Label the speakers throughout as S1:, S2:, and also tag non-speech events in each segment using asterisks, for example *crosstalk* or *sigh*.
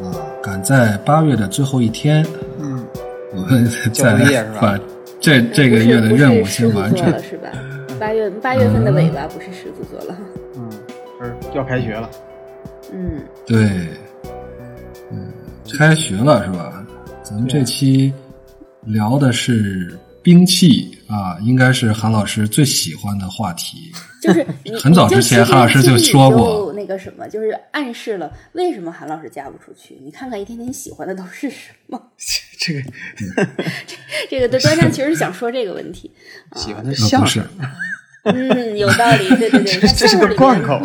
S1: 们啊在八月的最后一天，
S2: 嗯，
S1: 我
S2: *laughs*
S1: 们
S2: 交
S1: 再
S2: 作业
S1: 来
S2: 是吧
S1: 把这这
S3: 不
S1: 个
S3: 是
S1: 月的
S3: 不是
S1: 任务
S3: 狮
S1: 先
S3: 子
S1: 完
S3: 座
S1: 成
S3: 了。是吧？八月八月份的尾巴不是狮子座了，
S2: 嗯，是要开学了，
S3: 嗯，
S1: 对，嗯，开学了是吧？咱们
S2: 啊
S1: 这期聊的是兵器啊，应该是韩老师最喜欢的话题。呃 *laughs*
S3: 就是你
S1: 很早之前
S3: 你就其实
S1: 韩老师就说过
S3: 心里就那个什么，就是暗示了为什么韩老师嫁不出去。你看看一天天喜欢的都是什么？
S2: 这个
S3: 这个对端上其实是想说这个问题，
S2: 喜欢的
S1: 呃，不
S2: 相
S1: 是
S2: 声，，
S3: 嗯，有道理，
S1: *laughs*
S3: 对对对，
S2: 这这是个贯口，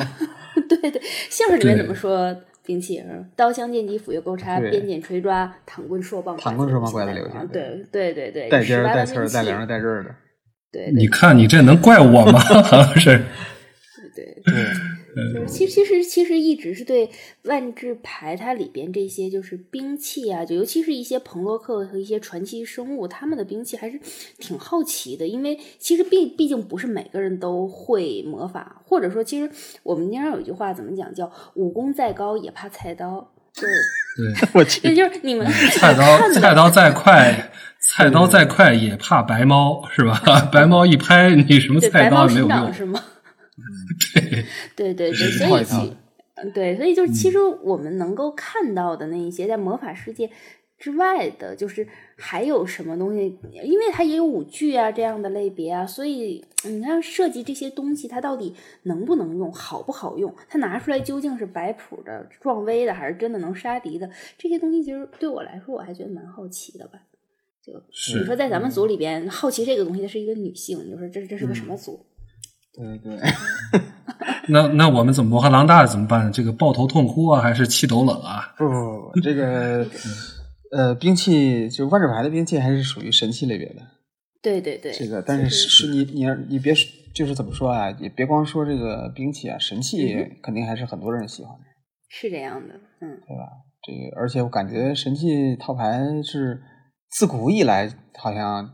S3: 对对，相声里面
S1: 对
S3: 怎么说兵器？嗯刀枪剑戟斧钺钩叉，
S2: 对
S3: 鞭锏锤抓，躺棍槊棒，
S2: 躺棍槊棒拐子柳条
S3: 对对对对，
S2: 带尖儿、
S3: 18
S2: 带
S3: 万
S2: 刺儿、
S3: 兵
S2: 带
S3: 器
S2: 梁儿、带刃儿的。
S3: 对
S1: 你
S3: 对
S1: 看你这能怪我吗？ *laughs* 韩老师，
S3: 对
S2: 对，
S3: 对，就是其实其实其实一直是对万智牌它里边这些就是兵器啊，就尤其是一些彭洛克和一些传奇生物，他们的兵器还是挺好奇的，因为其实毕毕竟不是每个人都会魔法，或者说其实我们经常有一句话怎么讲，叫武功再高也怕菜刀。就是
S1: *laughs* 对，
S2: *laughs* 我去，
S3: 对，就是你们
S1: 菜
S3: *laughs*
S1: 刀菜刀再快，菜刀再快也怕白猫是吧？ *laughs* 白猫一拍，你什么
S3: 对
S1: 菜
S3: 白
S1: 刀
S3: 猫
S1: 也没有用
S3: 生长。
S1: *laughs*
S3: 是吗？对对对，
S2: 一套一
S3: 所以
S2: 套
S3: 其嗯对，所以就是其实我们能够看到的那一些在魔法世界之外的，就是还有什么东西，因为它也有舞剧啊这样的类别啊，所以你看设计这些东西，它到底能不能用，好不好用，它拿出来究竟是摆谱的、壮威的，还是真的能杀敌的，这些东西其实对我来说，我还觉得蛮好奇的吧。就是你说在咱
S2: 嗯
S3: 们组里边，好奇这个东西，它是一个女性，你说这这是个什么组？
S2: 对对，
S1: 那那我们怎么摩诃狼大怎么办？这个抱头痛哭啊，还是气抖冷啊？
S2: 不不不，这个呃，兵器就万智牌的兵器还是属于神器类别的。
S3: 对对对，
S2: 这个，但是是是你你你别说就是怎么说啊，也别光说这个兵器啊，神器肯定还是很多人喜欢的。
S3: 是这样的，嗯，
S2: 这个，而且我感觉神器套牌是自古以来好像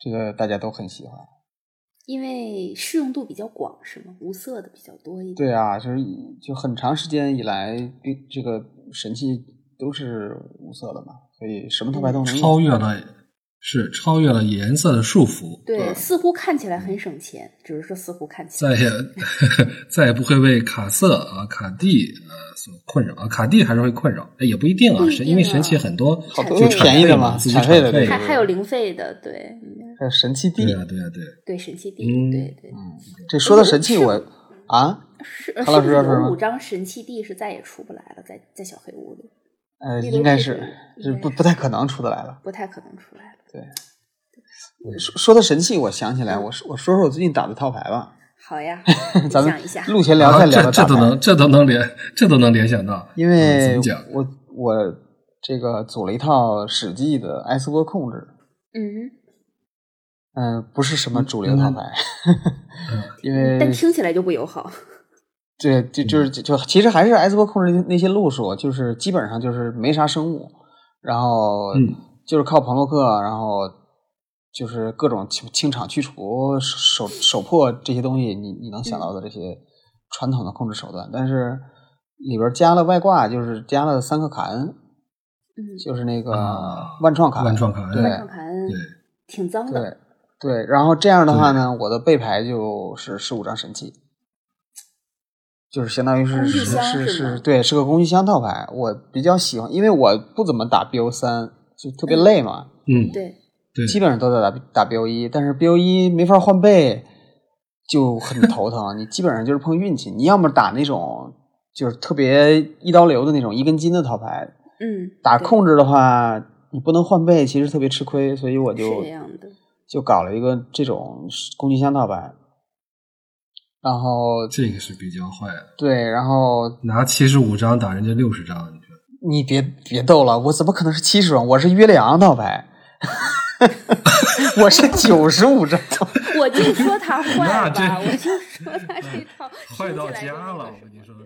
S2: 这个大家都很喜欢。
S3: 因为适用度比较广，是吗？无色的比较多一点。
S2: 对啊，就是以就很长时间以来，兵这个神器都是无色的嘛，所以什么套
S3: 嗯
S2: 牌都能
S1: 嗯
S2: 用
S1: 超越了，是超越了颜色的束缚，啊
S3: 对
S2: 对啊嗯
S3: 似乎看起来很省钱，只是说似乎看起来
S1: 再也 *laughs* 再也不会为卡色啊、卡地呃所困扰啊。卡地还是会困扰，哎也不一定啊，
S3: 不一
S1: 是
S3: 定啊
S1: 因为神奇很多
S3: 好多
S1: 就
S3: 都便
S2: 宜的嘛
S1: 嘛，自己
S2: 产
S1: 产
S2: 费的
S1: 费
S2: 对
S3: 还
S2: 对
S3: 还有零费的，对嗯
S2: 这神器地
S1: 对。啊，对啊，对啊。
S3: 对，神奇地，
S1: 嗯
S3: 对对
S2: 这说到神器，我啊，
S3: 是呃
S2: 韩老
S3: 是
S2: 师
S3: 不是
S2: 要说什么
S3: 有五张神奇地是再也出不来了，在在小黑屋里
S2: 呃，
S3: 地
S2: 应该
S3: 理
S2: 是
S3: 位置
S2: 这
S3: 应该
S2: 不
S3: 是
S2: 不太可能出得来了。
S3: 不太可能出来了。
S1: 嗯
S2: 说说到神器，我想起来，我说我说说我最近打的套牌吧。，
S3: 好呀
S2: *laughs* 咱
S3: 想一下
S2: 们，录前聊再聊
S1: 这
S2: 个
S1: 啊这
S2: 套
S1: 都
S2: 牌，
S1: 能这都能联这都能联想到，
S2: 因
S1: 嗯怎
S2: 为
S1: 么讲？
S2: 我我这个组了一套《史记》的埃斯波控制，
S3: 嗯，
S2: 嗯，不是什么主流
S1: 嗯
S2: 套牌， *laughs* 因
S3: 但
S2: 为
S3: 听起来就不友好。
S2: 对，就就是
S1: 嗯
S2: 就就其实还是埃斯波控制那些路数，就是基本上就是没啥生物，然后
S1: 嗯
S2: 就是靠庞洛克，然后就是各种清清场去除、手手破这些东西，你你能想到的这些传统的控制手段，但是里边加了外挂，就是加了三个卡恩，
S3: 嗯，
S2: 就是那个
S1: 啊
S2: 万创卡，
S1: 万创卡
S2: 对
S3: 万创盘挺脏的，
S2: 对对，然后这样的话呢，我的备牌就是十五张神器，就是相当于是
S3: 工具
S2: 是
S3: 箱
S2: 是
S3: 是吗
S2: 是，对，是个工具箱套牌。我比较喜欢，因为我不怎么打 BO 三，就特别
S3: 嗯
S2: 累嘛，
S1: 嗯，
S3: 对，
S1: 对，
S2: 基本上都在打打 BO 一，但是 BO 一没法换背，就很头疼。你基本上就是碰运气，你要么打那种就是特别一刀流的那种一根筋的套牌，
S3: 嗯，
S2: 打
S3: 对
S2: 控制的话，你不能换背，其实特别吃亏，所以我
S3: 是
S2: 就
S3: 这样的。
S2: 就搞了一个这种工具箱套牌，然后
S1: 这个是比较坏的，
S2: 对，然后
S1: 拿七十五张打人家六十张，你觉得？
S2: 你别别逗了，我怎么可能是七十张？我是约里昂套牌， *laughs* 我是九十五张， *laughs*
S3: 我就说他坏
S1: 那
S3: 吧，
S1: *laughs* 这
S3: 我就说他这套
S1: 坏到
S3: 听起来就
S1: 家 *laughs*
S3: *laughs* 那个
S1: 了，
S3: 什
S1: 我跟你
S3: 么
S1: 说，